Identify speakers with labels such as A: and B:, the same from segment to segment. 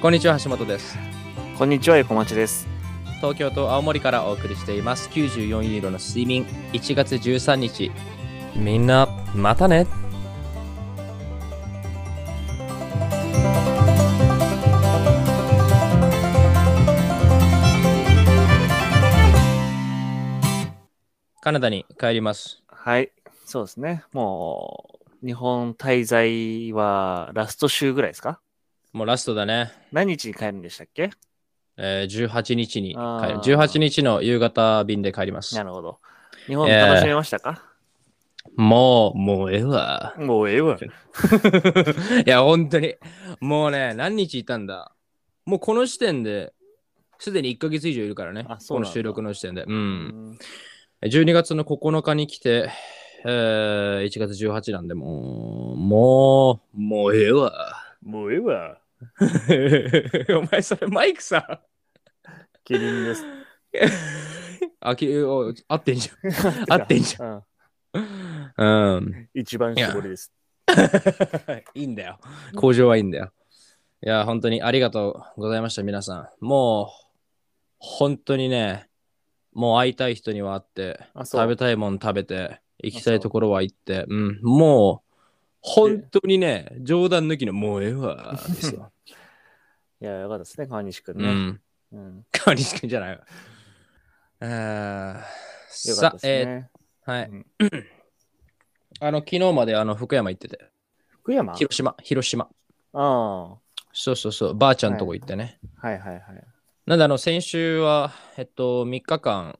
A: こんにちは橋本です
B: こんにちは、横町です。
A: 東京と青森からお送りしています94ユーロの睡眠1月13日みんなまたねカナダに帰ります
B: はい、そうですね。もう、日本滞在はラスト週ぐらいですか
A: もうラストだね、
B: 何日に帰るんでしたっけ
A: えー、18日に帰る
B: あー
A: 18日の夕方便で帰ります
B: なるほど。日本
A: えー
B: 楽しめましたか、
A: もうもうええわ
B: もうええわ。
A: いや、本当に。もうね、何日いたんだもうこの時点で、すでに1ヶ月以上いるからね。
B: あそ
A: こ
B: うなん
A: の
B: だ
A: 収録の時点で。う。
B: うんん、
A: 12月の9日に来て、えー1月18なんで、もう、もう、もうええわ。
B: もうええわ。
A: お前、それマイクさ。
B: キリン です。
A: あきお合ってんじ合ってんじ
B: ゃん。
A: ゃん。うん。
B: 一番絞りです。
A: いいんだよ。 工場はいいんだよ。いや、本当にありがとうございました、皆さん。もう、本当にね、もう会いたい人には会って、
B: あそう
A: 食べたいもん食べて、行きたいところは行って、うん、もう、本当にね、冗談抜きのもうええわ、ですよ。
B: いや、よかったですね、川西くん
A: う
B: ね。
A: ん。
B: うん。
A: 川西くんじゃないわ。えー
B: よかっ
A: さ
B: たです
A: え
B: ね。
A: ーはい。
B: うん
A: あの、昨日まであの福山行ってて、
B: 福山
A: 広島、広島。
B: ああ。は
A: そうそうそう、ばあちゃんとこ行ってね。
B: いはいはい。
A: なんで、あの、先週は、えっと、3日間、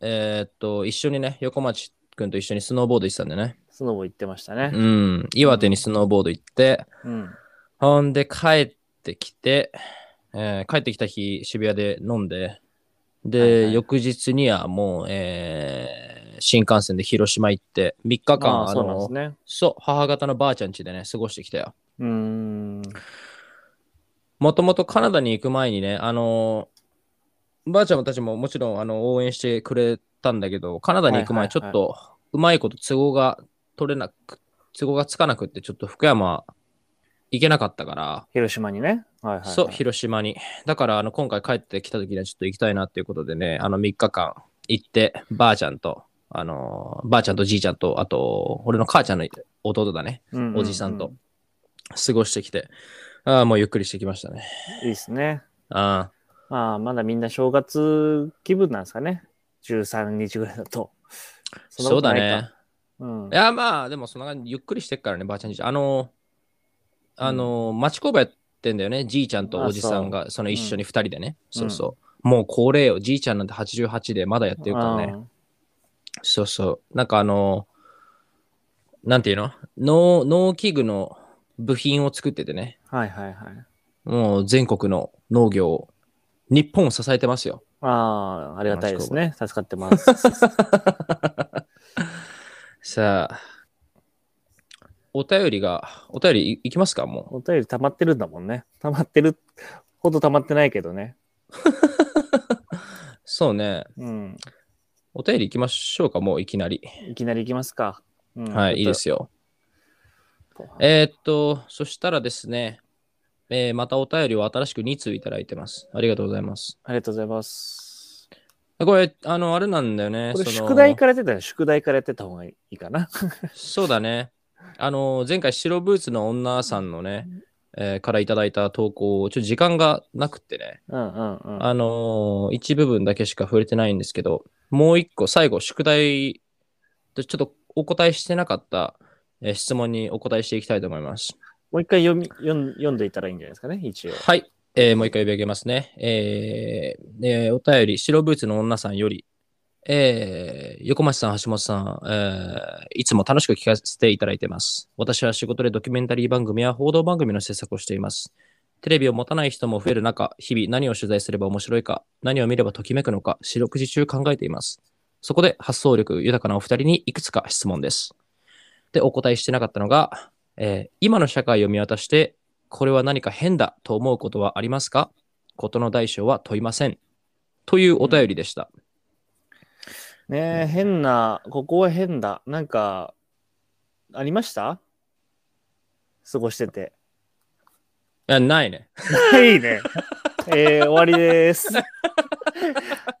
A: えーっと、一緒にね、横町くんと一緒にスノーボード行ってたんでね。
B: スノボ行ってましたね
A: う。ん、岩手にスノーボード行って、
B: うん。
A: ほんで帰ってきて、えー帰ってきた日、渋谷で飲んで、で、
B: はいはい
A: 翌日にはもう、えー新幹線で広島行って、3日間、
B: あ
A: あ
B: あ、そうなん
A: の
B: ですね。
A: そう、母方のばあちゃん家でね、過ごしてきたよ。
B: うーん。
A: もともとカナダに行く前にね、あのーばあちゃんたちももちろんあの応援してくれたんだけど、カナダに行く
B: は
A: 前、
B: い
A: ち
B: は
A: ょっ
B: いはい
A: とうまいこと都合が取れなく、都合がつかなくって、ちょっと福山行けなかったから、
B: 広島にね。はいはい、はい。
A: そう、広島に。だから、あの、今回帰ってきた時にはちょっと行きたいなっていうことでね、あの、3日間行って、ばあちゃんと、あのーばあちゃんとじいちゃんと、あと、俺の母ちゃんの弟だね、
B: うんうんうん
A: おじさんと過ごしてきて、ああ、もうゆっくりしてきましたね。
B: いいですね。
A: ああ。
B: まあ、まだみんな正月気分なんですかね。13日ぐらいだと。んな
A: そ
B: こ
A: う
B: と
A: だ
B: ない
A: ね。。
B: うん
A: い、や、まあ、でもそんな感じ、ゆっくりしてっからね、ばあちゃんじいちゃん。あの、あの、町工場やってんだよね、じいちゃんとおじさんが、その一緒に二人でね、
B: うん
A: そうそう。もう高齢よ、じいちゃんなんて88でまだやってるからね。そうそう。なんかあの、なんていうの農農機具の部品を作っててね、
B: うんはいはいはい。
A: もう全国の農業を、日本を支えてますよ。
B: ああ、ありがたいですね。助かってます。
A: さあ、お便りが、お便りいいきますか、もう。
B: お便り溜まってるんだもんね。溜まってるほど溜まってないけどね。
A: そうね。
B: うん。
A: お便り行きましょうか、もういきなり。
B: いきなり行きますか。うん
A: はい、いいで。すよ。えーっと、そしたらですね、えーまたお便りを新しく2通いただいてます。ありがとうございます。
B: ありがとうございます。
A: これ、あの、あれなんだよね。
B: これ
A: その
B: 宿題からやってたら宿題からやってた方がいいかな。
A: そうだね。あの、前回、白ブーツの女さんのね、えーからいただいた投稿を、ちょっと時間がなくってね、
B: うんうんうん。
A: あのー一部分だけしか触れてないんですけど、もう一個、最後、宿題と、ちょっとお答えしてなかった、えー質問にお答えしていきたいと思います。
B: もう一回読み読ん読んでいたらいいんじゃないですかね、一応。
A: はい。えーもう一回呼び上げますね。えーえーお便り、白ブーツの女さんより、えー横町さん、橋本さん、えーいつも楽しく聞かせていただいてます。私は仕事でドキュメンタリー番組や報道番組の制作をしています。テレビを持たない人も増える中、日々何を取材すれば面白いか、何を見ればときめくのか、四六時中考えています。そこで発想力豊かなお二人にいくつか質問です。で、お答えしてなかったのが、えー今の社会を見渡して、これは何か変だと思うことはありますかことの大小は問いません。というお便りでした。
B: ねえ、変な、ここは変だ。なんか、ありました過ごしてて。
A: あないね。
B: はいね。 えー、終わりです。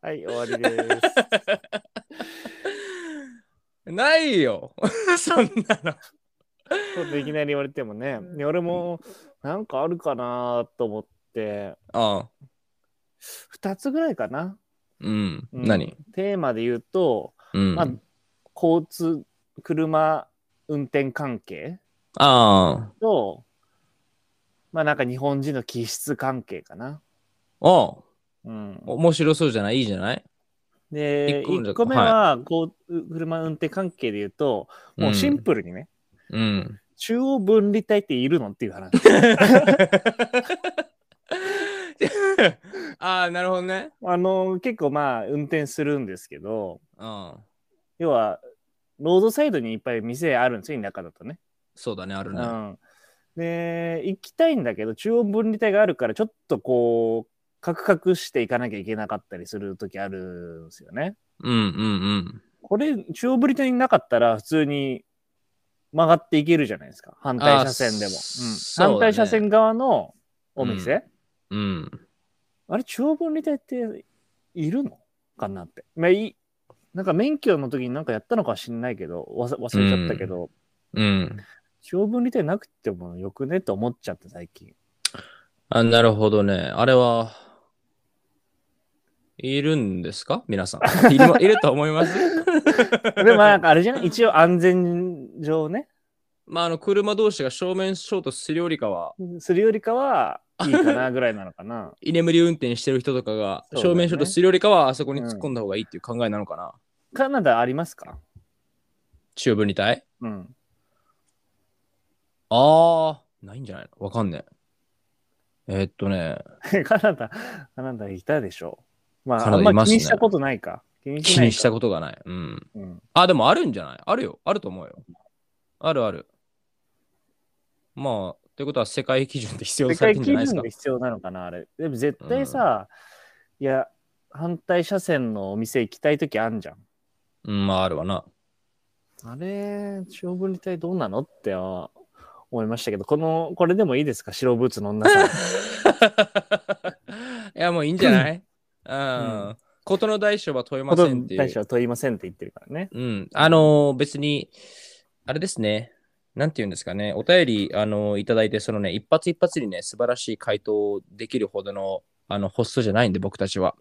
B: はい、終わりです。
A: ないよ。 そんなの。
B: ちょっといきなり言われてもね。で俺も、なんかあるかなと思って、
A: ああ。
B: 2つぐらいかな。
A: うん。
B: うん
A: 何
B: テーマで言うと、
A: うん。
B: まあ、交通、車、運転関係
A: あ
B: と、まあなんか日本人の気質関係かな。
A: あ。ああ。
B: うん、
A: 面白そうじゃないいいじゃない
B: で、
A: 一個目だ
B: 1個目は、こう車運転関係で言うと、もうシンプルにね、
A: ル。う ん。
B: 中央分離帯っているのっていう話。
A: ああ、なるほどね。
B: あの結構まあ運転するんですけど、
A: うん。
B: 要は、ロードサイドにいっぱい店あるんですよ、田舎だとね。
A: そうだね、ある
B: う
A: ね。
B: ん、で、行きたいんだけど、中央分離帯があるから、ちょっとこう、カクカクしていかなきゃいけなかったりする時あるんですよね。
A: うんうん
B: これ、中央分離帯になかったら、普通に曲がっていけるじゃないですか、反対車線で
A: あ
B: も。
A: ー
B: う、
A: そうんだね
B: 反対車線側のお店、
A: うん。うん。
B: あれ、中央分離帯っているのかなって。まあ、いなんか免許の時になんかやったのかは知んないけど、わさ忘れちゃったけど、
A: うん。
B: 中央分離帯なくてもよくねと思っちゃって最 近。
A: あ、なるほどね。あれは、いるんですか皆さん。いるいると思います
B: でもなんかあれじゃない一応安全上ね、
A: まあ、あの、車同士が正面衝突するよりかは、
B: するよりかはいいかなぐらいなのかな。
A: 居眠り運転してる人とかが
B: そうだ
A: 正
B: よね
A: 面衝突するよりかは、あそこに突っ込んだ方がいいっていう考えなのかな、
B: カナダありますか
A: 中分離帯
B: うん。
A: あー、ないんじゃないのわかんねえ。えーっとね、
B: カナダ、カナダいたでしょう。ま
A: カ
B: あ、
A: ナ
B: あん
A: ダい
B: ま
A: ます
B: 気
A: ね
B: にしたことないか。気にし
A: 気
B: ない
A: に
B: か
A: したことがない。うん。
B: うん。
A: あ、でもあるんじゃないあるよ。あると思うよ。あるある。まあ、ということは世界基準って必要と
B: 世
A: され
B: 界
A: てん
B: 基
A: じゃないです
B: 準
A: か
B: で。必要なのかなあれ。でも絶対さ、いや、反対車線のお店行きたいときあんじゃん。
A: うん、まあ、あるわな。
B: あれ、白分離帯どうなのってあ思いましたけど、この、これでもいいですか白ブーツの 女さん。
A: いや、もういいんじゃ ない
B: ん
A: うん。事の大小は問いま
B: ほと
A: せ
B: ん
A: んっ
B: ど
A: てい
B: 大将
A: う。
B: は問いませんって言ってるからね。
A: うん。あのー別に、あれですね。なんて言うんですかね。お便り、あのーいただいて、そのね、一発一発にね、素晴らしい回答できるほどの、あの、ホストじゃないんで、僕たちは。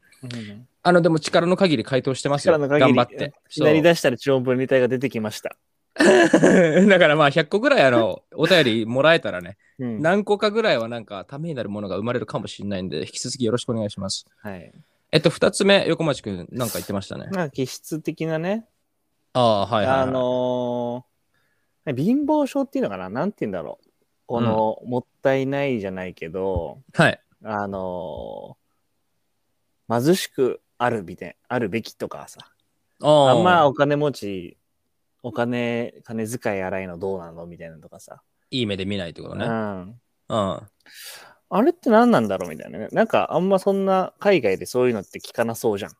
A: あの、でも力の限り回答してますよ。
B: 力の限り
A: 頑張って。
B: 左出したら中央分離帯が出てきました。
A: そう だからまあ、100個ぐらい、あの、お便りもらえたらね、
B: うん
A: 何個かぐらいはなんか、ためになるものが生まれるかもしれないんで、引き続きよろしくお願いします。
B: はい。
A: えっと、2つ目、横町くん、なんか言ってましたね。
B: なんか気質的なね、
A: ああー、はいはい、はい。
B: あのー貧乏症っていうのかななんて言うんだろう。この、もったいないじゃないけど、
A: はい。
B: あのー貧しくあるみたい、あるべきとかさ。
A: あ
B: あんま
A: あ、
B: お金持ち、お金、金遣い荒いのどうなのみたいなのとかさ。
A: いい目で見ないってこと
B: う
A: ね。
B: ん。
A: うん。
B: あれって何なんだろうみたいなね。なんかあんまそんな海外でそういうのって聞かなそうじゃん。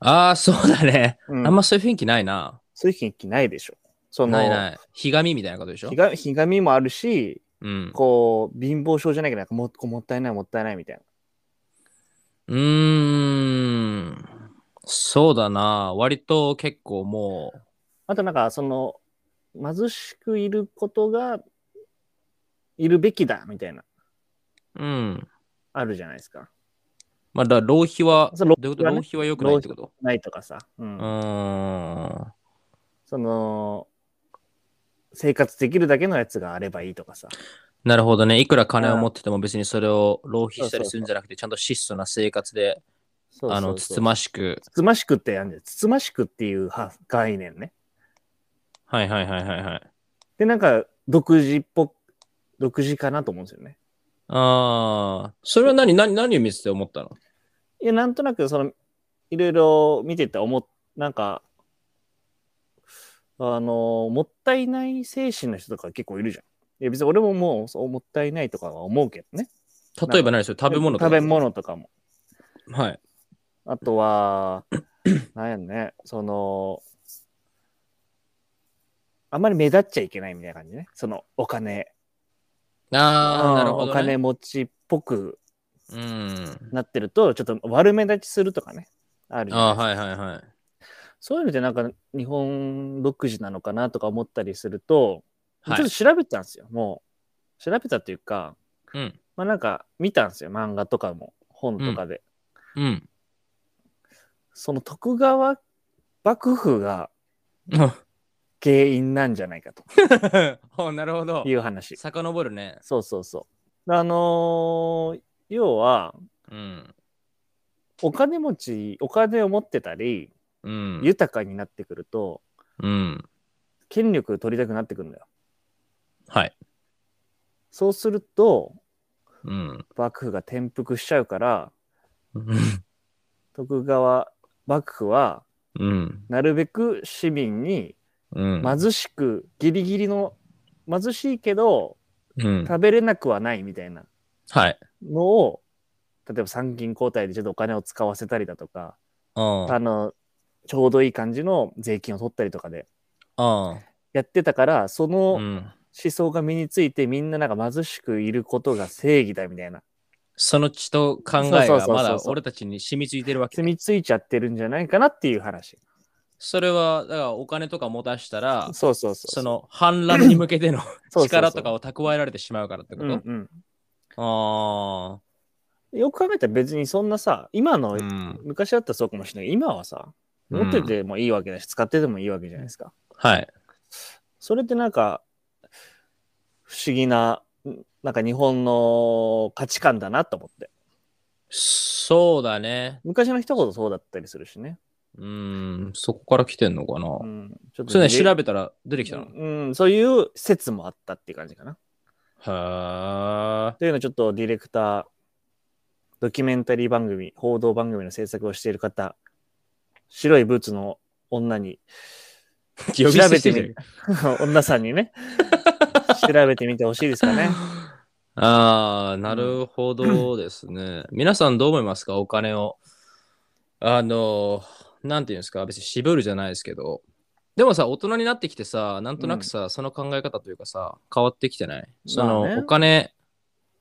A: ああ、そうだね。
B: うん、
A: あんまそういう雰囲気ないな。
B: そういう雰囲気ないでしょ。その、
A: ないない。ひがみみたいなことでしょ
B: ひ。がひがみもあるし、
A: うん。
B: こう、貧乏症じゃないけど、なんかもこうもったいないもったいないみたいな。
A: うーん。そうだな。割と結構もう、
B: あとなんか、その、貧しくいることが、いるべきだみたいな、
A: うん。
B: あるじゃないですか。
A: まあ、だから浪費は、
B: そう浪
A: どういうこ
B: 費
A: と
B: はね
A: 浪費は良くないってこと
B: ないとかさ。うん
A: うーん。
B: その、生活できるだけのやつがあればいいとかさ。
A: なるほどね。いくら金を持ってても別にそれを浪費したりするんじゃなくて、ちゃんと質素な生活で、
B: そうそうそう
A: あの、つつましく。
B: つつましくってやんじゃん。つつましくっていうは概念ね。
A: はいはいはいはいはい。
B: で、なんか、独自っぽく、独自かなと思うんですよね。
A: ああ、それは何、何、何を見せて思ったの
B: いや、なんとなく、その、いろいろ見てて思っ、なんか、あの、もったいない精神の人とか結構いるじゃん。いや、別に俺ももう、そうもったいないとかは思うけどね。
A: 例えば何ですよ食べ物とか
B: 食べ。物とかも。
A: はい。
B: あとは、 なんやろね、その、あんまり目立っちゃいけないみたいな感じね。そのお金
A: ああ、なるほど、
B: お
A: ね。
B: 金持ちっぽく
A: うん。
B: なってると、ちょっと悪目立ちするとかね。あるじゃ
A: あ
B: な
A: あ、
B: いですか
A: はいはいはい。
B: そういうのでなんか日本独自なのかなとか思ったりすると、
A: はい
B: ちょっと調べたんですよ。もう調べたというか、
A: うん。
B: まあなんか見たんですよ。漫画とかも本とかで。
A: うん。
B: その徳川幕府が原因なんじゃないかと
A: おなるほど
B: い。う話。
A: 遡るね。
B: そうそうそう。あのー要は
A: うん。
B: お金持ちお金を持ってたり
A: うん。
B: 豊かになってくると
A: うん。
B: 権力取りたくなってくるんだよ。
A: はい。
B: そうすると
A: うん。
B: 幕府が転覆しちゃうから徳川幕府は
A: うん。
B: なるべく市民に
A: うん。
B: 貧しくギリギリの貧しいけど
A: うん。
B: 食べれなくはないみたいな
A: はい。
B: のを例えば参勤交代でちょっとお金を使わせたりだとか
A: あ
B: あのちょうどいい感じの税金を取ったりとかで
A: あ。
B: やってたからそうの思
A: ん。
B: 想が身についてみんななんか貧しくいることが正義だみたいな
A: その血と考え
B: そうそう
A: が
B: そうそう
A: まだ俺たちに染みついてるわけ
B: 住。みついちゃってるんじゃないかなっていう話
A: それは、だからお金とか持たしたら、
B: そうそうそう
A: その反乱に向けての
B: そうそうそう
A: 力とかを蓄えられてしまうからってこ
B: うん
A: と
B: うん
A: あ
B: よく考えたら別にそんなさ今
A: あ。
B: の
A: うん。
B: 昔だったらそうかもしれない今はさ持っててもいいわけだし、使っててもいいわけじゃないですか
A: はい。
B: それってなんか不思議ななんか日本の価値観だなと思って
A: そうだね。
B: 昔の人ほどそうだったりするしね、
A: うん。そこから来てんのかな。
B: うん、ちょっ
A: そうね、
B: 事例
A: 調べたら出てきたの。
B: うん、そういう説もあったっていう感じかな
A: は
B: というのはちょっとディレクタードキュメンタリー番組報道番組の制作をしている方白いブーツの女に
A: あ。呼び捨てして
B: 調べてみ
A: る。
B: 女さん にね調べてみてほしいですか ね
A: ああ、なるほどですね。皆さんどう思いますかお金を。あの、なんていうんですか別に渋るじゃないですけど。でもさ、大人になってきてさ、なんとなくさ、その考え方というかさ、変わってきてないその、
B: まあね
A: お金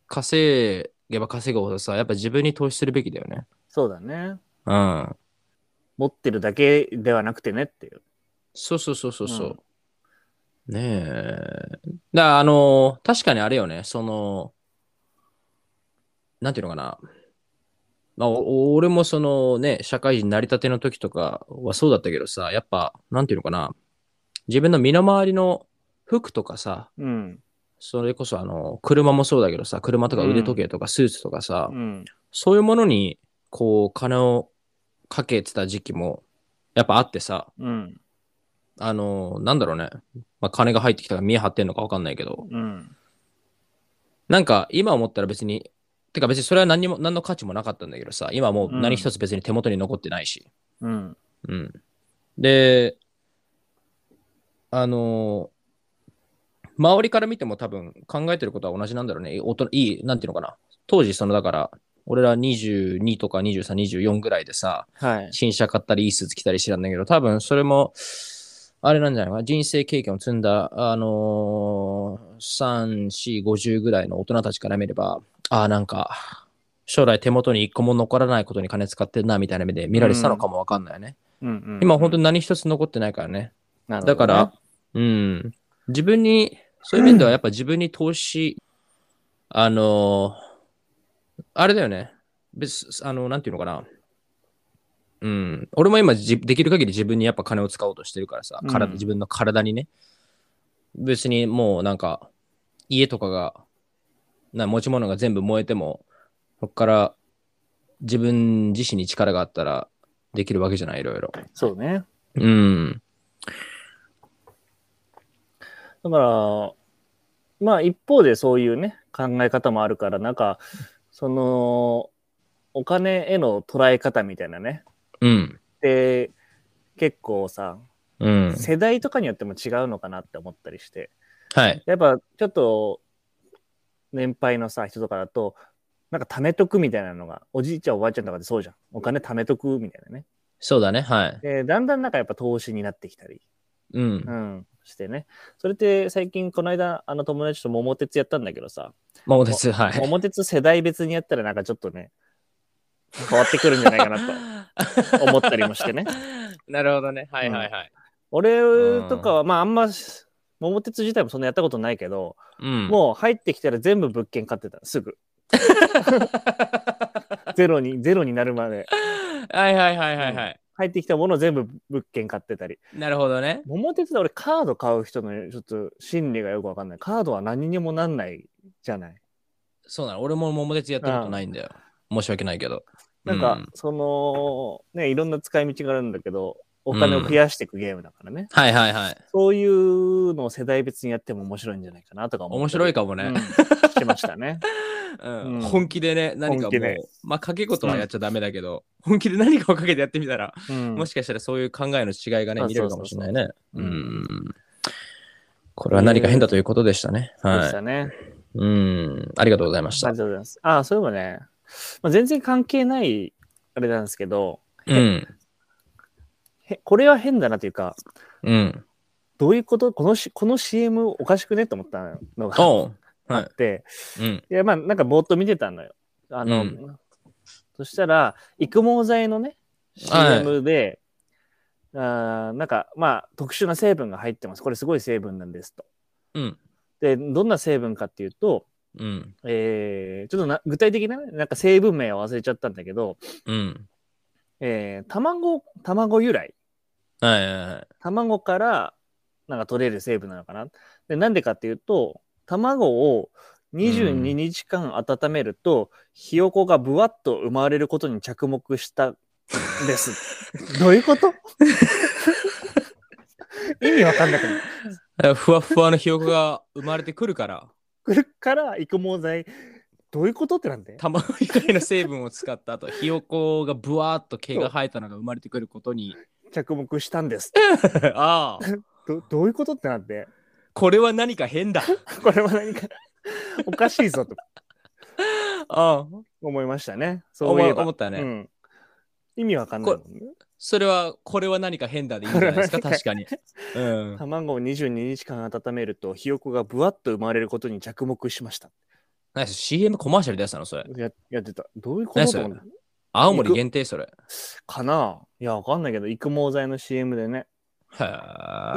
A: 稼げば稼ぐほどさ、やっぱ自分に投資するべきだよね。
B: そうだね
A: うん。
B: 持ってるだけではなくてねっていう
A: そうそうそうそうそう。ねえ。だからあの、確かにあれよね、その、なんていうのかな。まあ、お俺もそのね、社会人成り立ての時とかはそうだったけどさ、やっぱ、なんていうのかな。自分の身の回りの服とかさ、
B: うん
A: それこそあの、車もそうだけどさ、車とか腕時計とかスーツとかさ、
B: うん
A: そういうものに、こう、金をかけてた時期も、やっぱあってさ、
B: うん
A: あの、なんだろうね。まあ、金が入ってきたから見え張ってんのかわかんないけど、
B: うん
A: なんか今思ったら別に、てか別にそれは何にも、何の価値もなかったんだけどさ、今はもう何一つ別に手元に残ってないし。
B: うん
A: うん。で、あの、周りから見ても多分考えてることは同じなんだろうね。大人いい、なんていうのかな。当時、そのだから、俺ら22とか23、24ぐらいでさ、
B: はい
A: 新車買ったり、いいスーツ着たりしてたんだけど、多分それも、あれなんじゃないかな、人生経験を積んだ、あのー、3、4、50ぐらいの大人たちから見れば、ああ、なんか、将来手元に一個も残らないことに金使ってんな、みたいな目で見られてたのかもわかんないよね。
B: うんうん
A: 今本当に何一つ残ってないからね。
B: なるほど
A: だ
B: ね
A: から、うん、自分に、そういう面ではやっぱ自分に投資、あのーあれだよね。別、あの、なんていうのかな。うん、俺も今じできる限り自分にやっぱ金を使おうとしてるからさ、体
B: うん
A: 自分の体にね。別にもうなんか、家とかが、な持ち物が全部燃えても、そこから自分自身に力があったらできるわけじゃない、いろいろ。
B: そうね
A: うん。
B: だからまあ一方でそういうね考え方もあるからなんかそのお金への捉え方みたいなね
A: うん。
B: で結構さ
A: うん。
B: 世代とかによっても違うのかなって思ったりして
A: はい。
B: やっぱちょっと年配のさ人とかだとなんか貯めとくみたいなのがおじいちゃんおばあちゃんとかでそうじゃんお金貯めとくみたいなね
A: そうだね、はい。
B: でだんだんなんかやっぱ投資になってきたり
A: うん
B: う。んしてね。それって最近、この間、あの友達と桃鉄やったんだけどさ、
A: 桃鉄、はい。
B: 桃鉄世代別にやったらなんかちょっとね、変わってくるんじゃないかなと思ったりもしてね。
A: なるほどね。はいはいはい。
B: 俺とかは、まああんま、桃鉄自体もそんなやったことないけど、
A: うん。
B: もう入ってきたら全部物件買ってた、すぐ。 ゼロに、ゼロになるまで。
A: はいはいはいはいはい。
B: 入ってきたものを全部物件買ってたり。
A: なるほどね。
B: 桃鉄で俺カード買う人のちょっと心理がよくわかんない。カードは何にもなんないじゃない。
A: そうなの。俺も桃鉄やったことないんだよ。申し訳ないけど。
B: なん
A: う
B: か、その、ね、いろんな使い道があるんだけど、お金を増やしていくゲームだからね。
A: はいはいはい。
B: そういうのを世代別にやっても面白いんじゃないかなとか思
A: 面白い
B: か
A: かもね。
B: してましたね。
A: うん
B: うん
A: 本気でね、何か
B: 本
A: も
B: 気
A: う、
B: で
A: まあ、賭け事はやっちゃダメだけど、本気で何かをかけてやってみたら、
B: うん
A: もしかしたらそういう考えの違いがね、
B: あ
A: 見れるかもしれないね。う。
B: そうそうそうん
A: これは何か変だということでしたね。
B: そうで
A: は
B: し
A: い。
B: たね。
A: うん。ありがとうございまし
B: あ
A: た
B: りが。とうございます。あ、そういえばね、まあ、全然関係ないあれなんですけど、
A: うん。
B: へこれは変だなというか、
A: うん。
B: どういうことこのしこの CM おかしくねと思ったのが
A: おう。
B: あ
A: は
B: って、
A: い。うん。
B: いや、まあ、なんかぼーっと見てたのよ。あの、
A: うん
B: そしたら、育毛剤のね、
A: はい
B: CM で、あーなんか、まあ、特殊な成分が入ってます。これすごい成分なんですと。
A: うん。
B: で、どんな成分かっていうと、
A: うん。
B: えーちょっとな具体的なね、なんか成分名は忘れちゃったんだけど、
A: うん。
B: えー卵、卵由来。
A: はいはいはい。
B: 卵から、なんか取れる成分なのかな。で、なんでかっていうと、卵を22日間温めると、ひよこがぶわっと生まれることに着目したんです。 どういうこと意味わかんなくない。
A: えふわふわのひよこが生まれてくるから、
B: これから育毛剤、どういうことってなんで
A: 卵以外の成分を使った後、ひよこがぶわーっと毛が生えたのが生まれてくることに、
B: 着目したんです。
A: ああ、
B: どどういうことってなんで
A: これは何か変だ。
B: これは何かおかしいぞと
A: ああ、
B: 思いましたね。そうい
A: 思
B: え
A: う
B: ば
A: 思ったね、
B: うん。意味わかんないもんね。
A: それは、これは何か変だでいいんじゃないですか、
B: これは
A: 確か に。うん。
B: 卵を22日間温めるとひよこがぶわっと生まれることに着目しました。
A: 何それ CM コマーシャルでやってたのそれ。
B: ややってた。どういうこ
A: 何
B: と
A: それ
B: と思う
A: 青森限定それ。
B: かないや、わかんないけど、育毛剤の CM でね、
A: は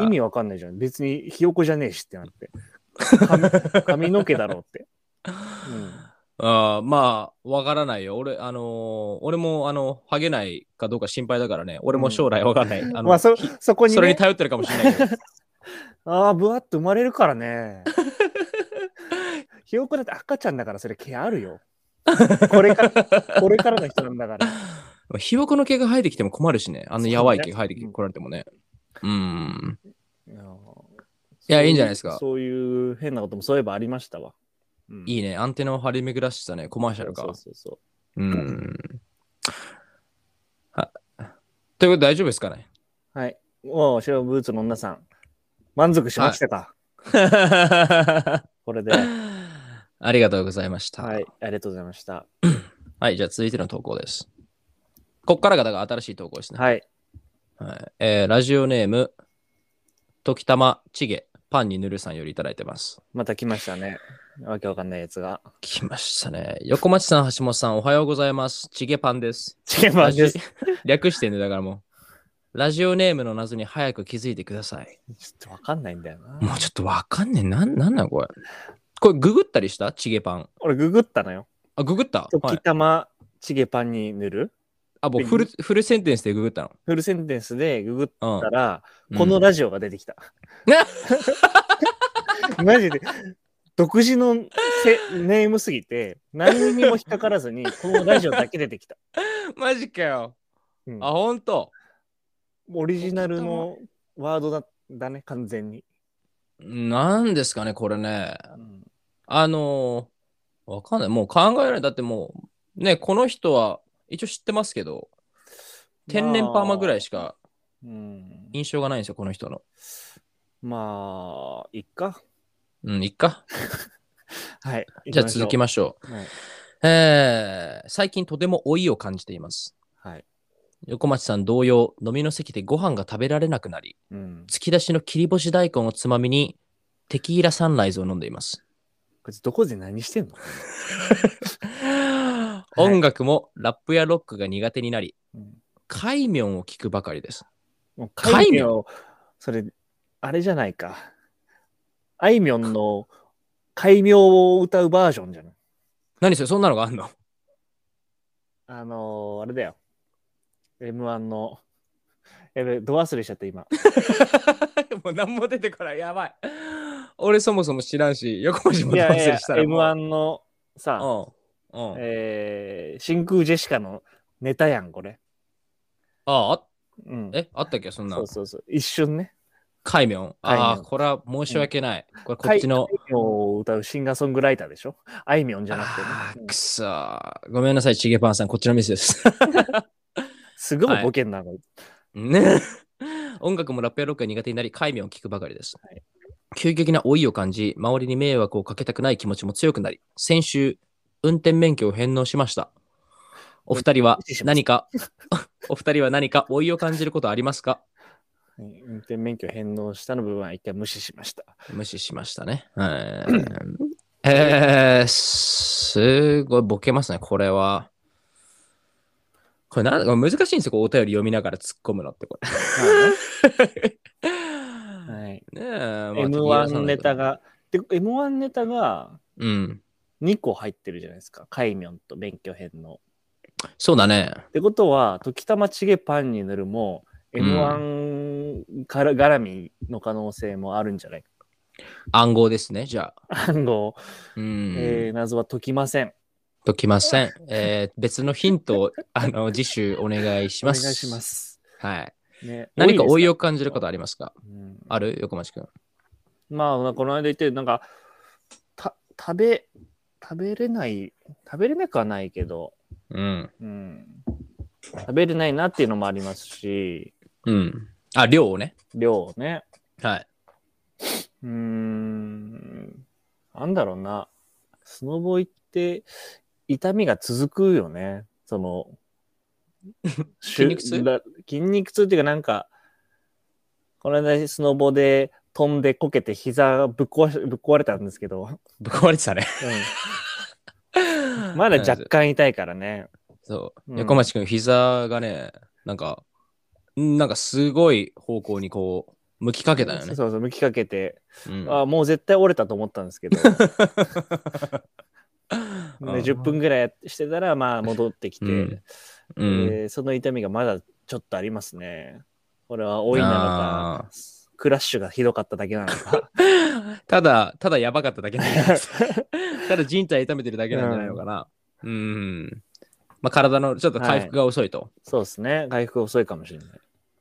B: 意
A: あ。
B: 味わかんないじゃん。別にひよこじゃねえしってなって。 髪髪の毛だろうって。
A: ああまあ、わからないよ。俺、あのー俺も、あの、ハゲないかどうか心配だからね。俺も将来わかんない。あの
B: まあそ、そこに、ね、
A: それに頼ってるかもしれない けど。
B: ああ、ぶわっと生まれるからね。 ひよこだって赤ちゃんだからそれ毛あるよ。これから、これからの人なんだから。
A: ひよこの毛が生えてきても困るしね。あの、やばい毛が生えてきて
B: そうね
A: こられてもね。うん。
B: いや
A: いやいいんじゃないですか
B: そういう変なこともそういえばありましたわ。うん
A: いいね。アンテナを張り巡らしてたね、コマーシャル
B: そ
A: が
B: う。そうそう。
A: うん。あということで大丈夫ですかね
B: はい。もう、白ブーツの女さん、満足しましたか、これで。は
A: ありがとうございました。はい
B: い。。ありがとうございました。
A: じゃあ続いての投稿です。こっからがだから新しい投稿ですね。
B: はい。
A: はいえーラジオネーム、時たまちげ、パンにぬるさんよりいただいてます。
B: また来ましたね。わけわかんないやつが。
A: 来ましたね。横町さん、橋本さん、おはようございます。ちげパンです。
B: 違います。
A: ラ
B: ち
A: ジ略してんね、だからもう。ラジオネームの謎に早く気づいてください。
B: ょっとわかんないんだよな。
A: もうちょっとわかんねえ。なん、なんなんこれ。これ、ググったりしたチゲパン。
B: 俺、ググったのよ。
A: あ、ググった、は
B: 時
A: い、
B: たまちげパンに塗る、
A: あ、もうフル、フルセンテンスでググった
B: フルセンテンスでググっ
A: の。
B: たら、
A: うん。
B: この
A: うん、
B: ラジオが出て きた。マジで。独自のせネームすぎて、何にも引っかからずに、このラジオだけ出てきた。
A: マジかよ。
B: うん
A: あ、ほんと。
B: オリジナルのワードだだね、完全に。
A: なんですかね、これね。あのーわかんない。もう考えられない。だってもう、ね、この人は一応知ってますけど、天然パーマぐらいしか
B: うん
A: 印象がないんですよ、この人の。
B: まあ、いっか。
A: うん、いっか。
B: はい。
A: じゃあ続き
B: ま
A: ましょう。
B: す。はい。
A: えー最近とても老いを感じています。
B: はい
A: 横町さん同様、飲みの席でご飯が食べられなくなり、
B: うん。
A: 突き出しの切り干し大根をつまみに、テキーラサンライズを飲んでいます。
B: こいつどこで何してんのい
A: 音楽もラップやロックが苦手になり
B: うん、
A: 海名を聞くばかりです。
B: もう
A: 戒名
B: 戒名を、それ、あれじゃないか。あいみょんの戒名を歌うバージョンじゃない。
A: 何それ、そんなのがあんの
B: あのー、あれだよ。M1 の。やべ、ド忘れしちゃっ た今。
A: もう何も出てこない、やばい。俺そもそも知らんし、横文字も
B: い
A: 忘
B: やいや
A: れしたらもう。
B: M1 のさ、
A: うん。うん。
B: えー真空ジェシカのネタやん、これ。
A: ああ、
B: うん。
A: え、あったっけ、そんな
B: そう。そうそう。一瞬ね。
A: 海名。あ
B: 戒
A: あ
B: 名
A: ー、これは申し訳ない。これこっちの。
B: 戒名を歌うシンガーソングライターでしょあいみょんじゃなくてね
A: ああ
B: う
A: ー、
B: ん
A: く。そー。ごめんなさい、ちげぱんさん。こっちのミスです。
B: すごいボケんな、こいつ
A: ね。 音楽もラップやロックが苦手になり、戒名を聞くばかりです。急激な老いを感じ、周りに迷惑をかけたくない気持ちも強くなり、先週、運転免許を返納しました。お二人は何か、 お二人は何か老いを感じることありますか
B: はい運転免許返納したの部分は一回無視し ました。
A: 無視しましたね。はいえー、すごいボケますね、これは。これなんこれ難しいんですよ、こうお便り読みながら突っ込むのってこれ。
B: まあねはい
A: ねえ、まあ
B: M1 ネタ。が、で、M1 ネタが
A: うん。
B: 2個入ってるじゃないですか。海明と免許返納。
A: そうだね。
B: ってことは、時たまちげパンに塗るも、
A: うん
B: M1 から絡みの可能性もあるんじゃない か。
A: 暗号ですね、じゃあ。
B: 暗号、
A: うん。
B: えー謎は解きません。
A: ときません。えー別のヒントを、 あの、次週お願いし
B: お願
A: ま
B: い
A: す。
B: します。
A: はい。
B: ね、
A: 何か
B: 多
A: 老
B: い
A: い
B: です
A: を感じることありますか
B: うん
A: ある横町くん。
B: まあ、この間言って、なんか、た、食べ、食べれない、食べれなくはないけど、
A: うん。
B: うん、食べれないなっていうのもありますし、
A: うん。あ、量をね。
B: 量ね。
A: はい。
B: うーん、なんだろうな。スノボ行って、痛みが続くよね。その、し
A: 筋
B: ゅ
A: 肉痛
B: だ筋肉痛っていうか、なんか、この間スノボで飛んでこけて膝ぶっ壊しぶっ壊れたんですけど、
A: ぶっ壊れてたね。
B: うんまだ若
A: うん
B: 干痛いからね。
A: そう、
B: うん
A: 横町くん、膝がね、なんか、んなんかすごい方向にこう、向きかけたよね。
B: そうそう、向きかけて、
A: うん
B: あもう絶対折れたと思ったんですけ ど、
A: うん
B: で10分ぐらいしてたら、まあ戻ってきて、
A: うんうん
B: えーその痛みがまだちょっとありますね。これは多いなのか
A: あ、
B: クラッシュがひどかっただけな のか。
A: ただ、ただやばかっただけなんじゃないですかただ人体痛めてるだけなんじゃないのかな。うん。まあ、体のちょっと回復が遅いと。
B: そうですね、回復遅いかもしれない。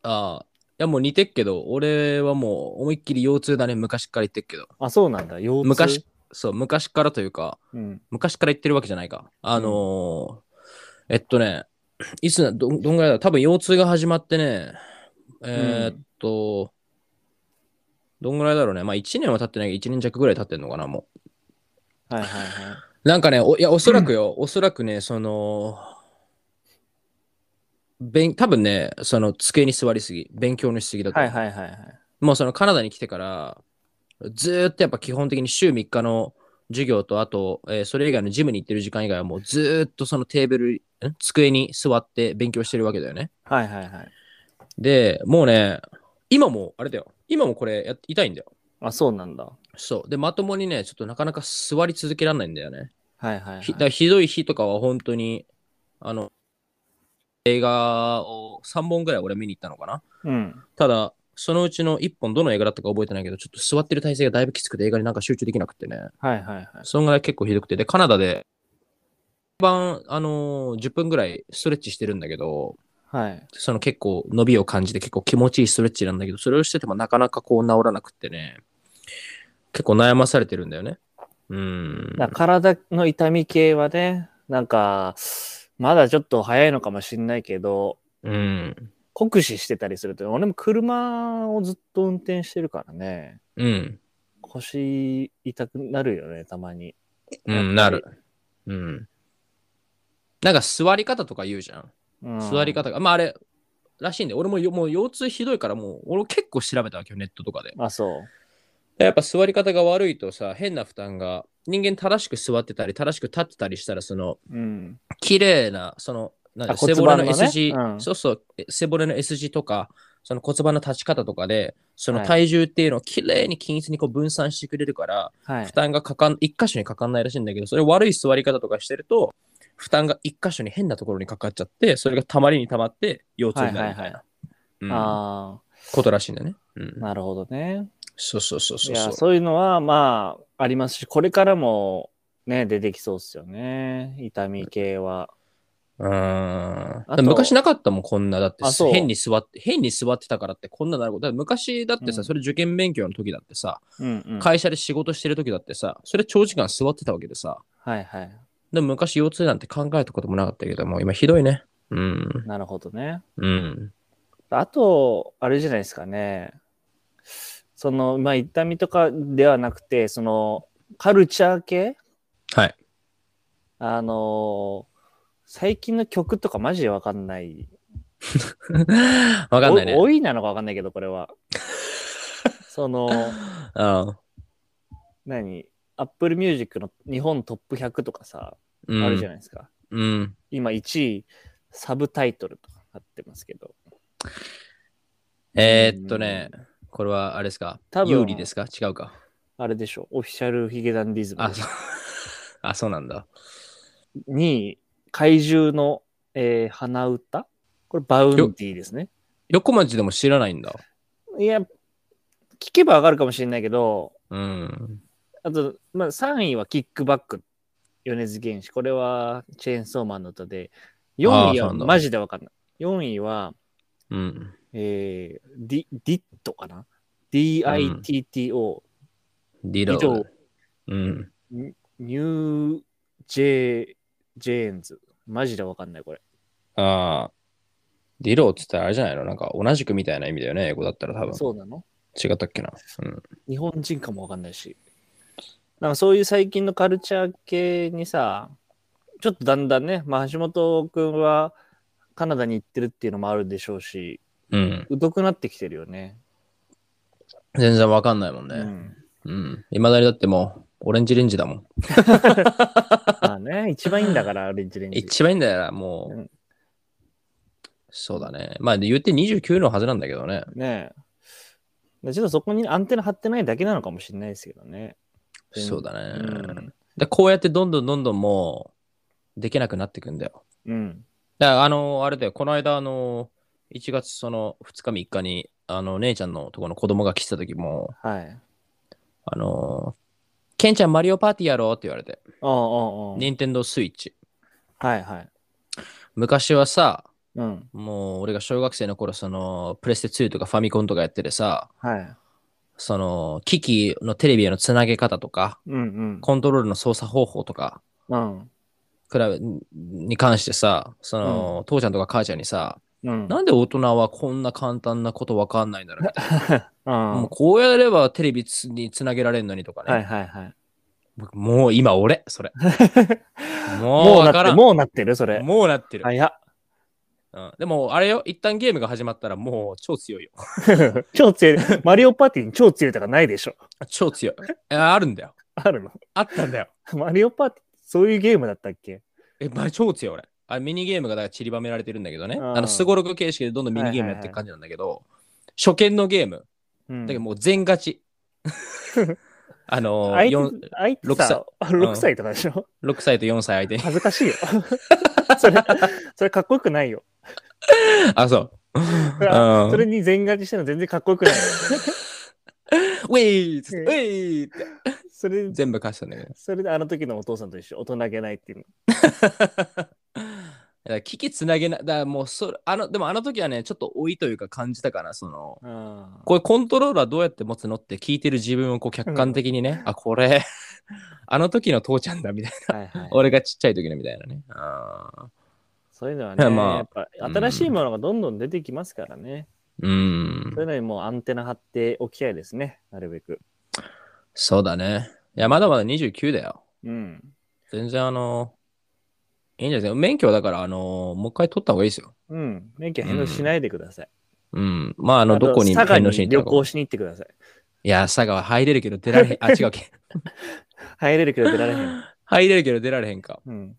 A: ああ。いや、もう似てっけど、俺はもう思いっきり腰痛だね、昔から言ってっけど。
B: あ、そうなんだ、腰痛。
A: 昔、そう、昔からというか、
B: うん、
A: 昔から言ってるわけじゃないか。あのーえっとね、いつな、どんどんぐらいだ多分腰痛が始まってね、えーっと、どんぐらいだろうね。まあ1年は経ってないけど、1年弱ぐらい経ってんのかな、もう。
B: はいはいはい。
A: なんかね、おいや、おそらくよ、おそらくね、その、勉多分ね、その机に座りすぎ、勉強のしすぎだと、
B: はいはいはいはい。
A: もうそのカナダに来てから、ずーっとやっぱ基本的に週3日の授業と、あと、えーそれ以外のジムに行ってる時間以外はもうずーっとそのテーブル、ん机に座って勉強してるわけだよね。
B: はいはいはい。
A: で、もうね、今も、あれだよ、今もこれやっ痛いんだよ。
B: あ、そうなんだ。
A: そう。で、まともにね、ちょっとなかなか座り続けられないんだよね。
B: はいはい、はい。
A: ひだからひどい日とかは本当に、あの、映画を3本ぐらい俺見に行ったのかな。
B: うん。
A: ただ、そのうちの1本、どの映画だったか覚えてないけど、ちょっと座ってる体勢がだいぶきつくて映画になんか集中できなくてね。
B: はいはいはい。
A: そんぐらい結構ひどくて。で、カナダで、晩、あのー10分ぐらいストレッチしてるんだけど、
B: はい。
A: その結構伸びを感じて結構気持ちいいストレッチなんだけど、それをしててもなかなかこう治らなくってね、結構悩まされてるんだよね。うん。
B: だから体の痛み系はね、なんか、まだちょっと早いのかもしれないけど、
A: うん。
B: 酷使してたりすると、俺も車をずっと運転してるからね、
A: うん。
B: 腰痛くなるよね、たまに。
A: う
B: やっぱり
A: ん、なる。うん。なんか座り方とか言うじゃん。
B: うん
A: 座り方が、まああれ、らしいんで、俺もよもう腰痛ひどいから、もう俺結構調べたわけよ、ネットとかで。
B: あ、そう。
A: やっぱ座り方が悪いとさ、変な負担が、人間正しく座ってたり、正しく立ってたりしたら、その、
B: うん。
A: 綺麗な、その、なんだ
B: あ
A: 背
B: 骨
A: 骨
B: 盤の
A: の
B: ね
A: S 字、
B: うん
A: そうそう、え背骨の S 字とか、その骨盤の立ち方とかで、その
B: はい
A: 体重っていうのを綺麗に均一にこう分散してくれるから、
B: はい
A: 負。担がかかん、一箇所にかかんないらしいんだけど、それ悪い座り方とかしてると、負担が一箇所に変なところにかかっちゃって、それがたまりにたまって、腰痛になるみたいな、うん
B: あ
A: ことらしいんだよね。うん
B: あ、なるほどね。
A: そうそうそうそう
B: い
A: そう
B: や、。そういうのは、まあ、ありますし、これからも、ね、出てきそうっすよね。痛み系は。
A: うーん
B: あと
A: 昔なかったもん、こんな。だって
B: あそう
A: 変に座って、変に座ってたからってこんななること。だって昔だってさ、
B: うん
A: それ受験勉強の時だってさ、
B: うん、うん。はい
A: 会社で仕事してる時だってさ、それ長時間座ってたわけでさ。
B: はい。
A: でも昔腰痛なんて考えたこともなかったけども、今ひどいね。うん。
B: なるほどね。
A: うん。
B: あと、あれじゃないですかね。その、まあ、痛みとかではなくて、その、カルチャー系
A: はい。
B: あのー最近の曲とかマジでわかんない。
A: わかんないね
B: お。老いなのかわかんないけど、こ れは。その、
A: あ
B: 何 ?Apple Music の日本トップ100とかさ、
A: うん。
B: あるじゃ
A: ん。
B: ないですか。
A: うん。
B: 今1位、サブタイトルとかなってますけど。
A: えー、っとね、これはあれですか
B: 多分
A: 有利ですか違うか。
B: あれでしょ、オフィシャルヒゲダンディズム
A: あ、そうあ、そうなんだ。
B: 2位、怪獣の、えー花歌これ、バウンディですね。
A: 横町でも知らないんだ。
B: いや、聞けばわかるかもしれないけど、
A: うん。
B: あと、まあ、3位はキックバック、米津玄師。これはチェーンソーマンの歌で、4位
A: そうな
B: は
A: んだ
B: マジでわかんない。4位は、
A: うん。
B: えー、ディ、ディットかな ?DITTO、
A: リ
B: 以上
A: うん。
B: ニュージェジェーンズ。マジでわかんない、これ。
A: ああ。リローっつったらあれじゃないのなんか同じくみたいな意味だよね、英語だったら多分。
B: そうなの
A: 違ったっけな。うん。
B: 日本人かもわかんないし。なんかそういう最近のカルチャー系にさ、ちょっとだんだんね、まあ橋本くんはカナダに行ってるっていうのもあるでしょうし、
A: うん、
B: 疎くなってきてるよね。
A: 全然わかんないもん
B: う
A: ね。
B: ん、
A: うん。いま、だにだってもう、オレンジレンジだもん。
B: まあね、一番いいんだから、オレンジレン ジ。
A: 一番いいんだよな、もう。
B: うん
A: そうだね。まあ、で言って29のはずなんだけどね。
B: ねえ。ちょっとそこにアンテナ張ってないだけなのかもしれないですけどね。うん
A: そうだね、
B: うん。
A: で。こうやってどんどんどんどんもう、できなくなってくんだよ。
B: うん。
A: だからあの、あれだよ、この間、あの、1月その2日3日に、あの、姉ちゃんのとこの子供が来てた時も、
B: はい。
A: あのー、ケンちゃんマリオパーティーやろうって言われて、
B: ああ、ああ、
A: ニンテンドースイッチ。
B: はいはい。
A: 昔はさ、
B: うん。
A: もう俺が小学生の頃、その、プレステ2とかファミコンとかやっててさ、
B: はい。
A: その、機器のテレビへのつなげ方とか、
B: うんうん。
A: コントロールの操作方法とか、
B: うん。
A: くらに関してさ、その、父ちゃんとか母ちゃんにさ、
B: うん。
A: なんで大人はこんな簡単なことわかんないんだろうみたいな
B: うん
A: もうこうやればテレビつにつなげられるのにとかね。
B: はいはいはい。
A: 僕もう今俺、そ れ。も
B: も
A: う
B: う
A: わか
B: なって
A: ら
B: る、
A: ん。
B: もうなってる、それ。
A: もうなってる。
B: 早っ。
A: うん、でも、あれよ、一旦ゲームが始まったらもう超強いよ。
B: 超強い。マリオパーティーに超強いとかないでしょ。
A: 超強い。えあるんだよ。
B: あるの
A: あったんだよ。
B: マリオパーティー、そういうゲームだったっけ
A: え、まあ、超強い俺。あミニゲームがだから散りばめられてるんだけどね。
B: うん
A: あの、すごろく形式でどんどんミニゲームやっていく感じなんだけど、初見のゲーム、
B: うん
A: だけどもう全勝 ち。あの
B: 相手
A: 四
B: 相手
A: 六歳
B: さ、6歳とかで しょ
A: 6歳と4歳相手に。
B: 恥ずかしいよ。 それ、それかっこよくないよ。
A: あ、そう。
B: それあ
A: うん
B: それに全勝ちしたの全然かっこよくな いよ。
A: ウェイつってウェイって
B: それ、
A: 全部貸したんだけど。
B: それであの時のお父さんと一緒、大人げないっていうの。
A: だから危機つなげな、だからもうそれ、あの、でもあの時はね、ちょっと老いというか感じたかな、その、
B: あ
A: これコントローラーどうやって持つのって聞いてる自分をこう客観的にね、あ、これ、あの時の父ちゃんだみ たい
B: ー はいは
A: な、
B: い、
A: 俺がちっちゃい時のみたいなね。あ
B: そういうのはね、
A: まあ
B: やっぱ新しいものがどんどん出てきますからね。
A: ーうん
B: そういう、のにもうアンテナ張っておきたいですね、なるべく。
A: そうだね。いや、まだまだ29だよ。
B: うん。
A: 全然あの、いいんじゃないですか。免許はだから、あのーもう一回取った方がいいですよ。
B: うん。免許返納しないでください。
A: うん。まあ、あの、どこに
B: 佐賀
A: 返
B: に
A: 納しに行
B: 旅
A: ったの
B: 行
A: か。
B: しに行ってください。
A: いや、佐賀は入れるけど出られへ ん。あ、違うけ。
B: 入れるけど出られへん。
A: 入れるけど出られへんか。
B: うん。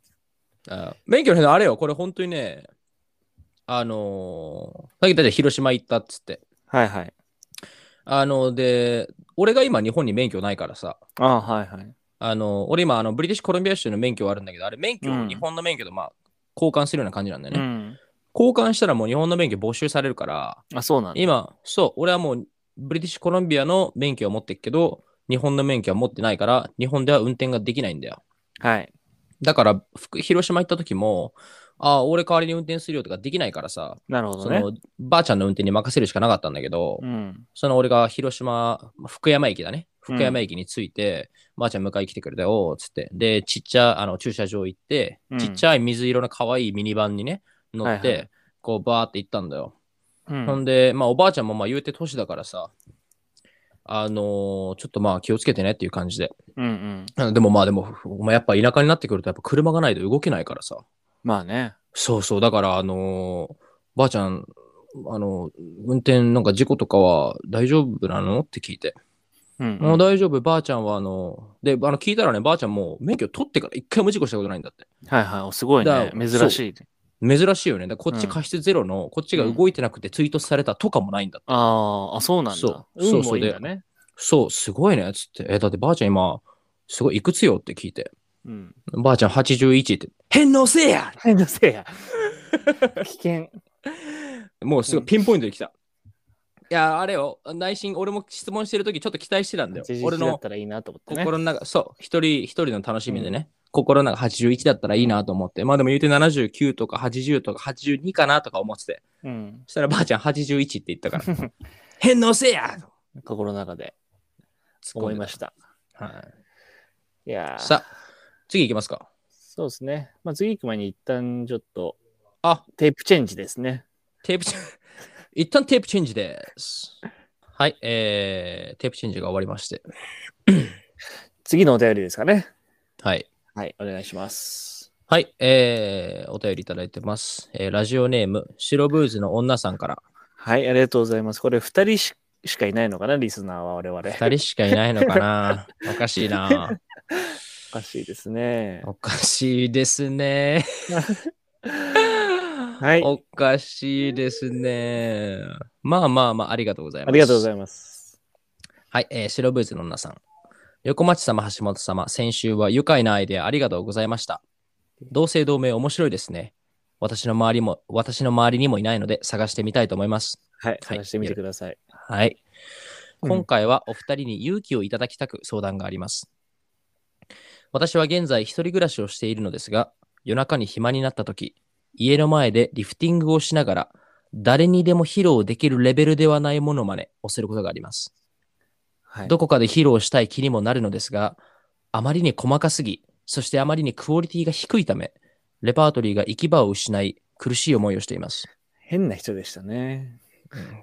A: あ免許の返納あれよ。これ本当にね、あのーさっきだって広島行ったっつって。
B: はいはい。
A: あの、で、俺が今日本に免許ないからさ、
B: ああ、はいはい。
A: あの、俺今、あの、ブリティッシュコロンビア州の免許はあるんだけど、あれ免許、
B: うん
A: 日本の免許とまあ、交換するような感じなんだよ
B: う
A: ね。
B: ん。
A: 交換したらもう日本の免許没収されるから、
B: あ、そうなんだ。
A: 今、そう、俺はもう、ブリティッシュコロンビアの免許を持ってるけど、日本の免許は持ってないから、日本では運転ができないんだよ。
B: はい。
A: だから、福広島行った時も、ああ、俺代わりに運転するよとかできないからさ、
B: なるほ
A: そ
B: どね。
A: の、ばあちゃんの運転に任せるしかなかったんだけど、
B: うん。
A: その俺が広島、福山駅だね。福山駅に着いて、ばあちゃん迎えに来てくれたよ、つって。で、ちっちゃ、あの、駐車場行って、
B: うん
A: ちっちゃい水色の可愛いミニバンにね、乗って、
B: はいは
A: こう、バーって行ったんだよ。
B: うん
A: ほんで、まあ、おばあちゃんも、まあ、言うて年だからさ、あのーちょっとまあ、気をつけてねっていう感じで。
B: うんうん。
A: あのでもまあ、でも、お前やっぱ田舎になってくると、やっぱ車がないと動けないからさ。
B: まあね。
A: そうそう、だから、あのーばあちゃん、あの運転なんか事故とかは大丈夫なのって聞いて。
B: うん
A: もう大丈夫、ばあちゃんはあの、で、あの聞いたらね、ばあちゃんもう免許取ってから一回も事故したことないんだって。
B: はいはいお。すごい
A: だ
B: ね。珍しい。
A: 珍しいよね。だからこっ
B: う
A: ち
B: ん
A: 過失ゼロの、こっちが動いてなくて追突されたとかもないんだって。
B: ああ、あ、そうなんだ。
A: そう
B: 運もいいんだね。
A: そう、すごいね、つって。え、だってばあちゃん今、すごいいくつよって聞いて。
B: うん。
A: ばあちゃん81って、返納せえや
B: はい、のせいや。 危険。
A: もうすごいピンポイントで来た。いや、あれよ、内心、俺も質問してるときちょっと期待してたんだよ。俺
B: 俺だ
A: の
B: ったらいいなと思ってね。
A: 心の中、そう、一人一人の楽しみでね、心の中81だったらいいなと思って、まあでも言うて79とか80とか82かなとか思ってて、
B: うん。
A: そしたらばあちゃん81って言ったから、 返納せやと
B: 心の中で思いました。
A: た。はい
B: いやー
A: さあ、次行きますか。
B: そうですね。まあ、次行く前に一旦ちょっと
A: あ、
B: テープチェンジですね。
A: テープチェンジ、一旦テープチェンジです。はい、えー、テープチェンジが終わりまして、
B: 次のお便りですかね。
A: はい。
B: はい、お願いします。
A: はい、えー、お便りいただいてます。えーラジオネーム、白ブーズの女さんから、
B: はい、ありがとうございます。これ2人ししかいないのかな、リスナーは我々。
A: 二人しかいないのか なおかしいな
B: おかしいですね。
A: おかしいですね。
B: い
A: おかしいですね。まあまあまあ、ありがとうございます。
B: ありがとうご
A: い
B: ざいます。
A: ます。はい、えー白ブーツの女さん。横町様、橋本様、先週は愉快なアイデアありがとうございました。同姓同名面白いですね。私の周りも、私の周りにもいないので探してみたいと思います。
B: はい、探してみてください。
A: はい。
B: うん
A: 今回はお二人に勇気をいただきたく相談があります。私は現在一人暮らしをしているのですが、夜中に暇になった時、家の前でリフティングをしながら、誰にでも披露できるレベルではないものまねをすることがあります。
B: はい。
A: どこかで披露したい気にもなるのですが、あまりに細かすぎ、そしてあまりにクオリティが低いため、レパートリーが行き場を失い、苦しい思いをしています。
B: 変な人でしたね。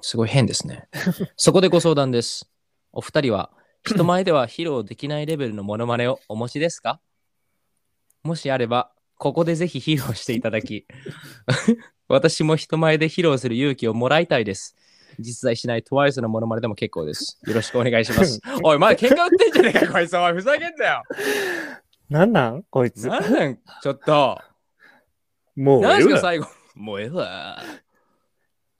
A: すごい変です ね。そこでご相談です。お二人は人前では披露できないレベルのモノマネをお持ちですかもしあれば、ここでぜひ披露していただき、 私も人前で披露する勇気をもらいたいです。実在しない TWICE のモノマネでも結構です。よろしくお願いし ます。おい、まだ喧嘩売ってんじゃねえか、こいつ。おい、ふざけんなよ。
B: なんなんこいつ。
A: なんなん、ちょっと。
B: もう
A: 何
B: え
A: す
B: え
A: か、
B: わ、
A: 最後。もうええわ。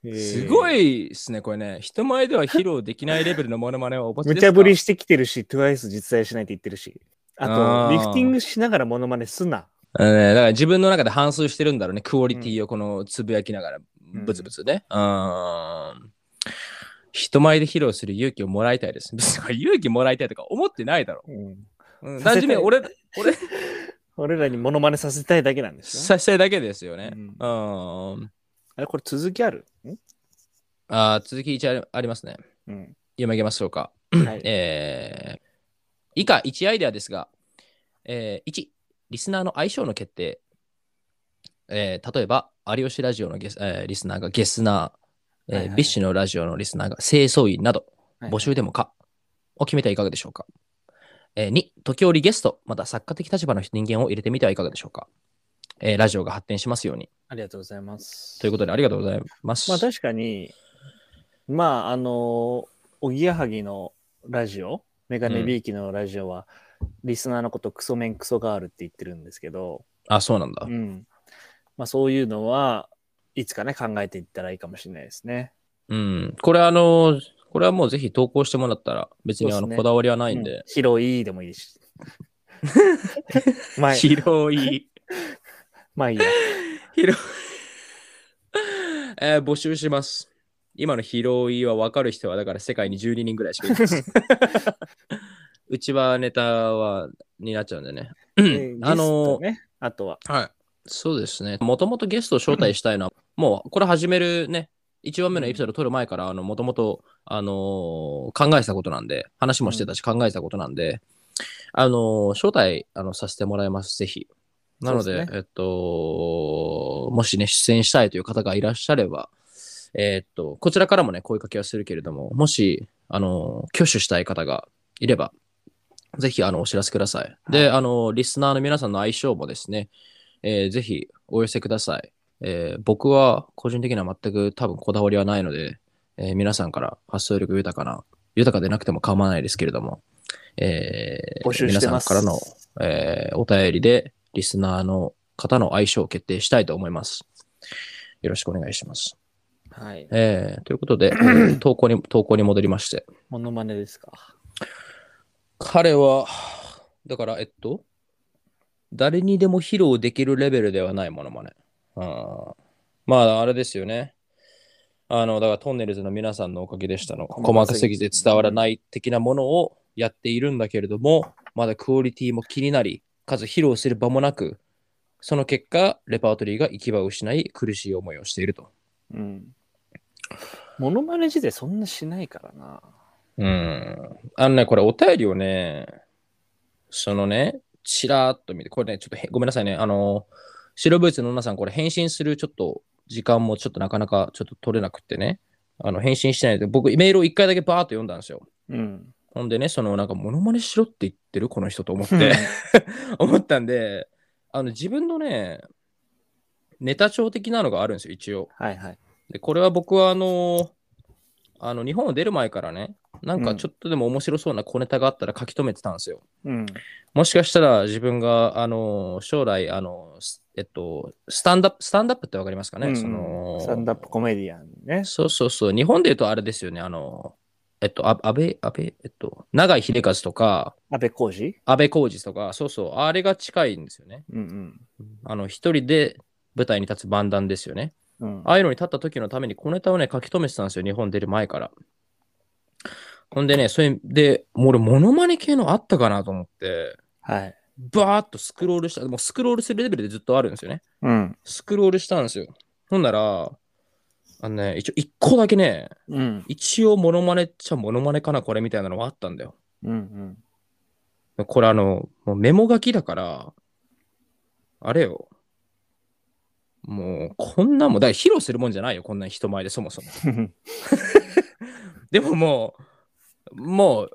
B: えー
A: すごいですね、これね。人前では披露できないレベルのモノマネをお持ちです
B: 無
A: か
B: 茶ぶりしてきてるし、TWICE 実在しないって言ってるし。あ
A: あー
B: と、リフティングしながらモノマネすな。
A: あのね、だから自分の中で反芻してるんだろうね、クオリティをこのつぶやきながら、
B: ん
A: ブツブツね。うーん。人前で披露する勇気をもらいたいです。 別に勇気もらいたいとか思ってないだろ
B: うん、
A: う。うん、
B: さ
A: 単
B: せたい
A: 純に俺、俺、
B: 俺らにモノマネさせたいだけなんですよ、ね。
A: させたいだけですよね。
B: う
A: うんん。
B: あれ、これ続きあるん
A: あー続き一あありますね。
B: うん。
A: 読み上げましょうか。
B: はい。
A: えー以下1アイデアですが、えー1、リスナーの相性の決定。えー例えば、有吉ラジオのゲス、えーリスナーがゲスナー、えー
B: はいはい
A: ビッシュのラジオのリスナーが清掃員など、
B: はい
A: 募集でもか、を決めてはいかがでしょうか。えー2、時折ゲスト、また作家的立場の人間を入れてみてはいかがでしょうか。えーラジオが発展しますように。
B: ありがとうございます。
A: ということで、ありがとうございます。
B: まあ確かに、まああの、おぎやはぎのラジオ、メガネビーキのラジオは、リスナーのことクソメンクソガールって言ってるんですけど、
A: あ、そうなんだ
B: う。ん。まあそういうのは、いつかね、考えていったらいいかもしれないですね。
A: うん。これ、あの、これはもうぜひ投稿してもらったら、別にあ
B: そうっ
A: の、
B: すね
A: こだわりはないん
B: うん
A: で。
B: 広いでもい いし。まあ、
A: 広 い。
B: まあいいや。
A: 広い。えー募集します。今の広いは分かる人は、だから世界に12人ぐらいしかいない です。うちはネタは、になっちゃうんでね。あの
B: ゲスト、ね、あとは。
A: はい。そうですね。もともとゲストを招待したいのは、もうこれ始めるね、1話目のエピソードを撮る前から、あの、もともと、あのー考えてたことなんで、話もしてたし考えてたことなんで、あのー招待あのさせてもらいます、ぜひ。なので、
B: そうです
A: えっと、もしね、出演したいという方がいらっしゃれば、えっと、こちらからもね、声かけはするけれども、もし、あのー挙手したい方がいれば、ぜひ、あの、お知らせください。で、あの、リスナーの皆さんの相性もですね、えーぜひお寄せください。えー僕は個人的には全く多分こだわりはないので、えー皆さんから発想力豊かな、豊かでなくても構わないですけれども、えー
B: 募集してます
A: 皆さんからの、えーお便りでリスナーの方の相性を決定したいと思います。よろしくお願いします。
B: はい。
A: えーということで、え ー投稿に、投稿に戻りまして、
B: モノマネですか。
A: 彼は、だから、えっと、誰にでも披露できるレベルではないものまね。あーまあ、あれですよね。あの、だから、トンネルズの皆さんのおかげでしたの。
B: 細
A: 細
B: か
A: か
B: す
A: す
B: ぎ
A: ぎ
B: て
A: て伝わらない的なものをやっているんだけれども、まだクオリティも気になり、かつ披露する場もなく、その結果、レパートリーが行き場を失い、苦しい思いをしていると。
B: うん。モノマネ自体そんなしないからな。
A: うん。あのね、これお便りをね、そのね、ちらーっと見て、これね、ちょっとへごめんなさいね、あの、白ブーツの女さん、これ返信するちょっと時間もちょっとなかなかちょっと取れなくってね、あの、返信してないで、僕、メールを一回だけバーっと読んだんですよ。
B: うん。
A: ほんでね、その、なんか、モノマネしろって言ってる、この人と思って、思ったんで、あの、自分のね、ネタ帳的なのがあるんですよ、一応。
B: はいはい。
A: で、これは僕はあのーあの、日本を出る前からね、なんかちょっとでも面白そうな小ネタがあったら書き留めてたんですよ。
B: うん。
A: もしかしたら自分が、あのー将来、あのーすえっと、スタンダップ、スタンダップってわかりますかね、
B: うん
A: その、
B: スタンダップコメディアンね。
A: そうそうそう、日本で言うとあれですよね、あのーえっと、あ安倍、安倍、えっと、永井秀和とか、
B: 安倍浩二
A: 安倍浩二とか、そうそう、あれが近いんですよね。
B: うん
A: あの、一人で舞台に立つ漫談ですよね。
B: うん。うん。
A: ああいうのに立った時のために、このネタをね、書き留めてたんですよ、日本出る前から。ほんでね、それで、もう俺、モノマネ系のあったかなと思って、
B: はい。
A: バーっとスクロールした、もうスクロールするレベルでずっとあるんですよね。
B: うん。
A: スクロールしたんですよ。ほんなら、あのね、一応、一個だけね、
B: うん。
A: 一応、モノマネっちゃモノマネかな、これみたいなのはあったんだよ。
B: うんうん。
A: これ、あの、もうメモ書きだから、あれよ。もう、こんなもん、だから披露するもんじゃないよ、こんな人前で、そもそも。でももう、もう、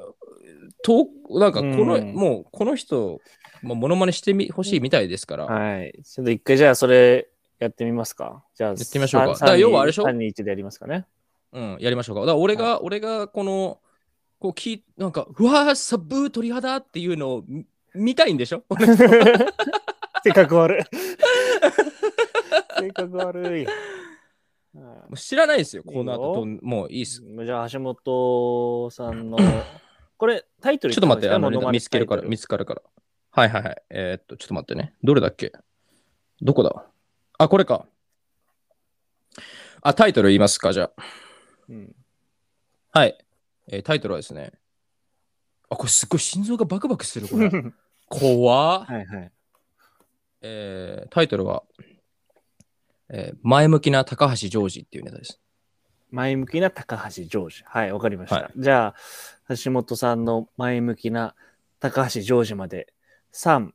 A: となんかこの、
B: うん
A: もうこの人、もうモノマネしてみほしいみたいですから、
B: はい。ちょっと一回じゃあそれやってみますか。じゃあ、やって
A: みましょうかだから要はあれでしょ
B: ?3、2、1でやりますかね。
A: うん、やりましょうか。だから俺が、俺がこの、こう聞い、なんか、うわー、サブー鳥肌っていうのをみ見たいんでしょ
B: 性格悪い。性 格悪い。はい
A: もう知らないですよ、この後と、
B: い
A: もういいっす。
B: じゃあ、橋本さんの、これ、タイトル
A: ちょっと待って、あ
B: 言
A: の、
B: てもいい
A: 見
B: です
A: つ
B: か
A: けるから、
B: モノマネ
A: 見つかるから。はいはいはい。えーっと、ちょっと待ってね。どれだっけどこだあ、これか。あ、タイトル言いますか、じゃあ。
B: タイトルうん
A: はい、えータイトルはですね。あ、これすっごい心臓がバクバクする、こ れ。 怖っ、
B: はいはい。
A: えータイトルは、えー前向きな高橋ジョージっていうネタです。
B: 前向きな高橋ジョージ。はい、わかりました。
A: はい
B: じゃあ、橋本さんの前向きな高橋ジョージまで、3、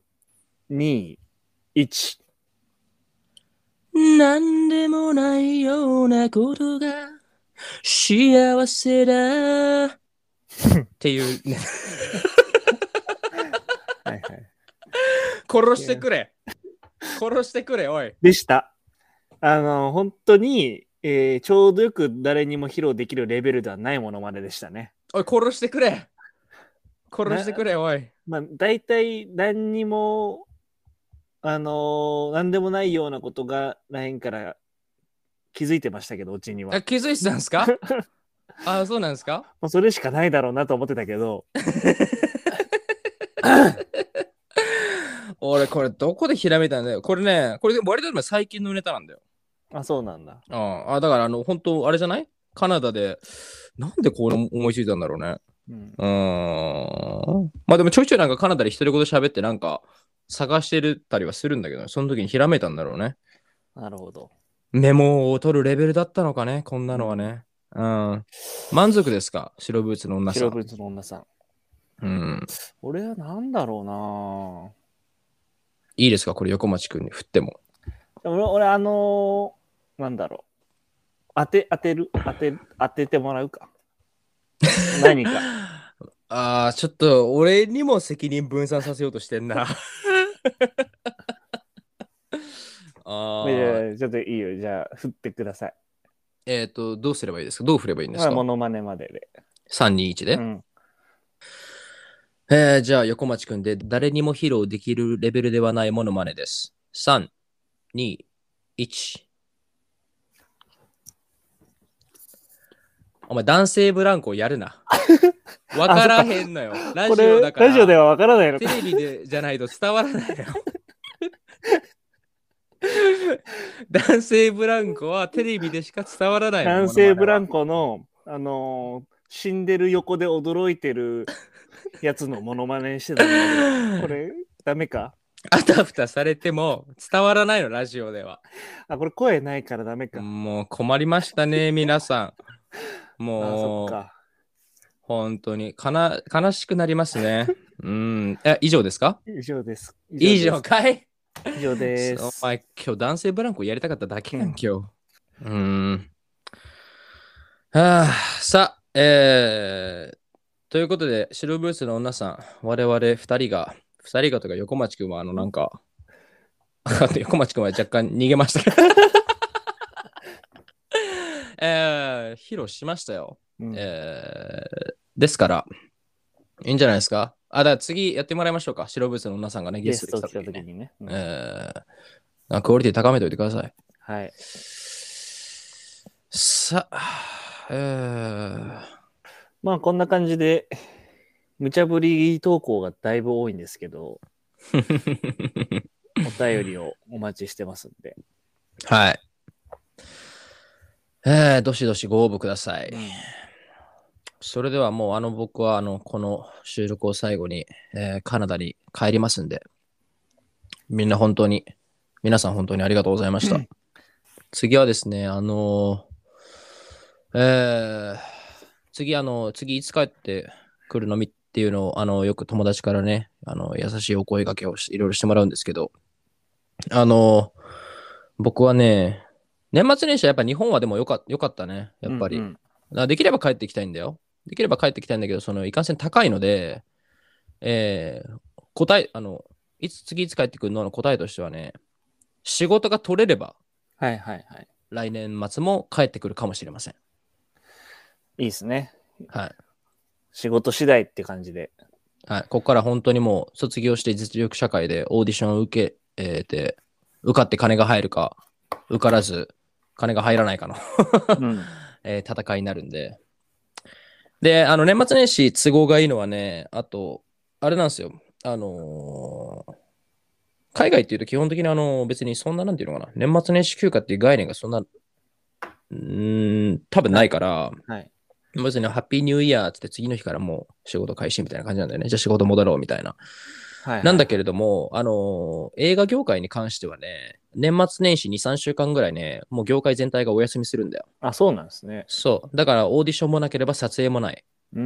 B: 2、1。
A: なんでもないようなことが幸せだ。っていう、 ね、
B: はいはい。
A: 殺してくれ。殺してくれ、おい。
B: でした。あの、本当に、えーちょうどよく誰にも披露できるレベルではないものまででしたね。
A: おい、殺してくれ。殺してくれ、おい。
B: まあ、大体何にも、あのー何でもないようなことがらへんから気づいてましたけど、うちには。
A: あ気づいてたんです かあ、そうなんですか
B: まあ、それしかないだろうなと思ってたけど、
A: 俺、これ、どこでひらめいたんだよ。これね、これ、割と今最近のネタなんだよ。
B: あ、そうなんだ。
A: ああ、だから、あの、本当あれじゃないカナダで、なんでこれ思いついたんだろうね。
B: うん
A: う、ーん。まあでも、ちょいちょいなんかカナダで独り言喋って、なんか、探してるたりはするんだけど、その時にひらめいたんだろうね。
B: なるほど。
A: メモを取るレベルだったのかね、こんなのはね。うん。満足ですか白ブーツの女さ
B: 白ブ
A: ん。
B: ーツの女さん。
A: うん。
B: 俺は何だろうない
A: いですかこれ横町くんに振っても。
B: でも俺、俺あのーなんだろう。当て、当てる、当て、当ててもら うか。何か。
A: ああ、ちょっと俺にも責任分散させようとしてん な。あ
B: いや
A: ー
B: いやちょっといいよ。じゃあ、振ってください。
A: えっ、と、どうすればいいですかどう振ればいいんです
B: まあ、
A: か、
B: モノマネまでで。
A: ?3、2、1で。
B: うん。
A: えーじゃあ、横町くんで誰にも披露できるレベルではないモノマネです。3、2、1。お前、男性ブランコやる な。わからへんのよ。ラ
B: こ
A: ジオ
B: れ、
A: だから。
B: ラジオではわからないの
A: テ
B: か。
A: レビでじゃないと伝わらないよ。 男性ブランコはテレビでしか伝わらないの
B: 男性ブラン
A: コ。
B: コの、あのー死んでる横で驚いてるやつのモノマネしてたんだ けど、これ、ダメか
A: あたふたされても伝わらないの、ラジオでは。
B: あ、これ声ないからダメか。
A: もう困りました ね、皆さん。
B: あ、そ
A: も
B: っ
A: う、
B: か。
A: 本当にかな悲しくなりますね。うん。え、以上ですか
B: 以上です。
A: 以上
B: です
A: かい
B: 以上で
A: お
B: す。
A: 前、今日男性ブランコやりたかっただけやん、今日。うーん。はあ、さあ、えー、ということで、白ブースの女さん、我々2人が、2人がというか、横町君は、あの、なんか、 あと横町君は若干逃げましたけど。 えー、披露しましたよ。
B: うん
A: えーですから、いいんじゃないですか。あ、だから次やってもらいましょうか。白ブースの女さんがね、ゲ
B: ゲ
A: ス
B: ス
A: ト
B: ト
A: で来た
B: 来た
A: 時に
B: 時
A: ね。
B: にね。うん
A: えー、クオリティ高めておいてください。
B: はい。
A: さあ、えー、
B: まあ、こんな感じで、無茶ぶり投稿がだいぶ多いんです けど、お便りをお待ちしてますんで。
A: はい。えー、どしどしご応募ください。それではもうあの僕はあのこの収録を最後に、えーカナダに帰りますんで、みんな本当に、皆さん本当にありがとうございました。次はですね、あのーえー次あの、次いつ帰ってくるのみっていうのを、あの、よく友達からね、あの、優しいお声掛けをしいろいろしてもらうんですけど、あのー僕はね、年末年始はやっぱ日本はでもよかよかったね、 やっぱり。
B: うんうん
A: だからできれば帰ってきたいんだよ。できれば帰ってきたいんだけど、そのいかんせん高いので、えー答え、あの、いつ、次いつ帰ってくるのの答えとしてはね、仕事が取れれば、
B: はいはいはい。
A: 来年末も帰ってくるかもしれません。
B: いいですね。
A: はい。
B: 仕事次第って感じで。
A: はい、ここから本当にもう卒業して実力社会でオーディションを受け、えーて、受かって金が入るか、受からず金が入らないかの
B: うん。
A: えー戦いになるんで。で、あの、年末年始都合がいいのはね、あと、あれなんですよ。あのー海外っていうと基本的にあの、別にそんななんていうのかな、年末年始休暇っていう概念がそんな、うーん、多分ないから、
B: はい。
A: 別にハッピーニューイヤーっつって次の日からもう仕事開始みたいな感じなんだよね。じゃあ仕事戻ろうみたいな。
B: はい、
A: なんだけれども、あのー映画業界に関してはね、年末年始2、3週間ぐらいね、もう業界全体がお休みするんだよ。
B: あ、そうなんですね。
A: そう。だからオーディションもなければ撮影もない。っ
B: うー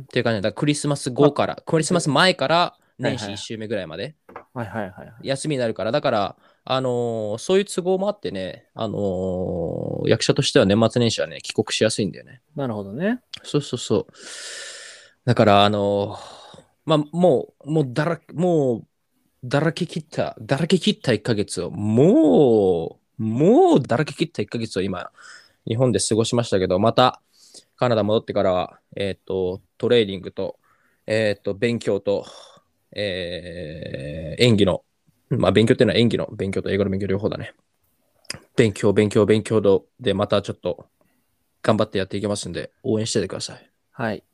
B: ん。
A: ていう感じだからクリスマス後から、クリスマス前から年
B: はい
A: 始
B: はい
A: 1週目ぐらいまで
B: はいはいはいはい。
A: 休みになるから、だから、あのーそういう都合もあってね、あのー役者としては年末年始はね、帰国しやすいんだよね。
B: なるほどね。
A: そうそうそう。だから、あのーまあ、もう、もうだら、もう、だらけ切った、だらけ切った1ヶ月を、もう、もうだらけ切った1ヶ月を今、日本で過ごしましたけど、また、カナダ戻ってからは、えっ、と、トレーニングと、えっ、と、勉強と、えー演技の、まあ、勉強っていうのは演技の勉強と英語の勉強両方だね。勉強、勉強、勉強とで、またちょっと、頑張ってやっていきますんで、応援しててください。
B: はい。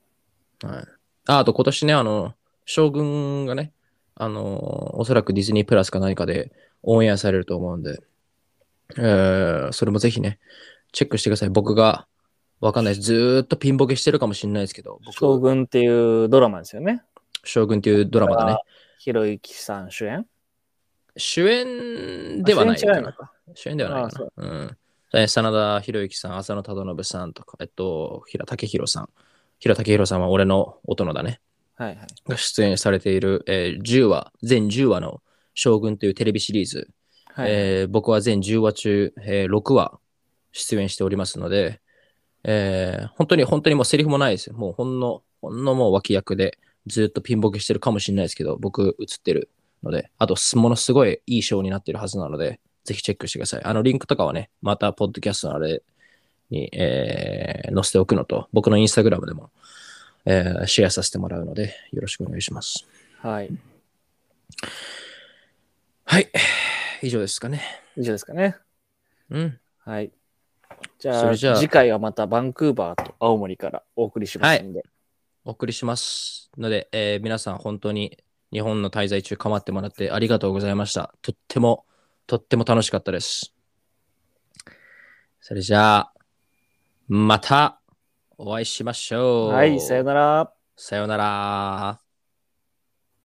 A: はい。あ、あと今年ね、あの、将軍がね、あの、おそらくディズニープラスか何かでオンエアされると思うんで、えー、それもぜひね、チェックしてください。僕が、わかんないです。ずーっとピンボケしてるかもしれないですけど、僕、
B: 将軍っていうドラマですよね。
A: 将軍っていうドラマだね。
B: ひろゆきさん主演
A: 主演ではない
B: 主演違うのか。
A: 主演ではないか
B: あ
A: な。うん。え真田広之さん、浅野忠信さんとか、えっと、平武宏さん。平武宏さんは俺の大人だね。
B: はいはい。
A: が出演されている、えー10話、全10話の将軍というテレビシリーズ、
B: はい。
A: えー僕は全10話中、えー6話出演しておりますので、えー本当に本当にもうセリフもないですよ。もうほんの、ほんのもう脇役でずっとピンボケしてるかもしれないですけど、僕映ってるので、あとすものすごいいいショーになってるはずなので、ぜひチェックしてください。あのリンクとかはね、またポッドキャストのあれに、えー載せておくのと、僕のインスタグラムでも、えーシェアさせてもらうので、よろしくお願いします。
B: はい。
A: はい。以上ですかね。
B: 以上ですかね。
A: うん。
B: はい。じ
A: そ
B: ゃあ、
A: れじゃあ
B: 次回はまたバンクーバーと青森からお送りしますので。
A: お送りします。ので、えー皆さん本当に日本の滞在中構ってもらってありがとうございました。とっても、とっても楽しかったです。それじゃあ、またお会いしましょう。
B: はい、さよなら。
A: さよなら。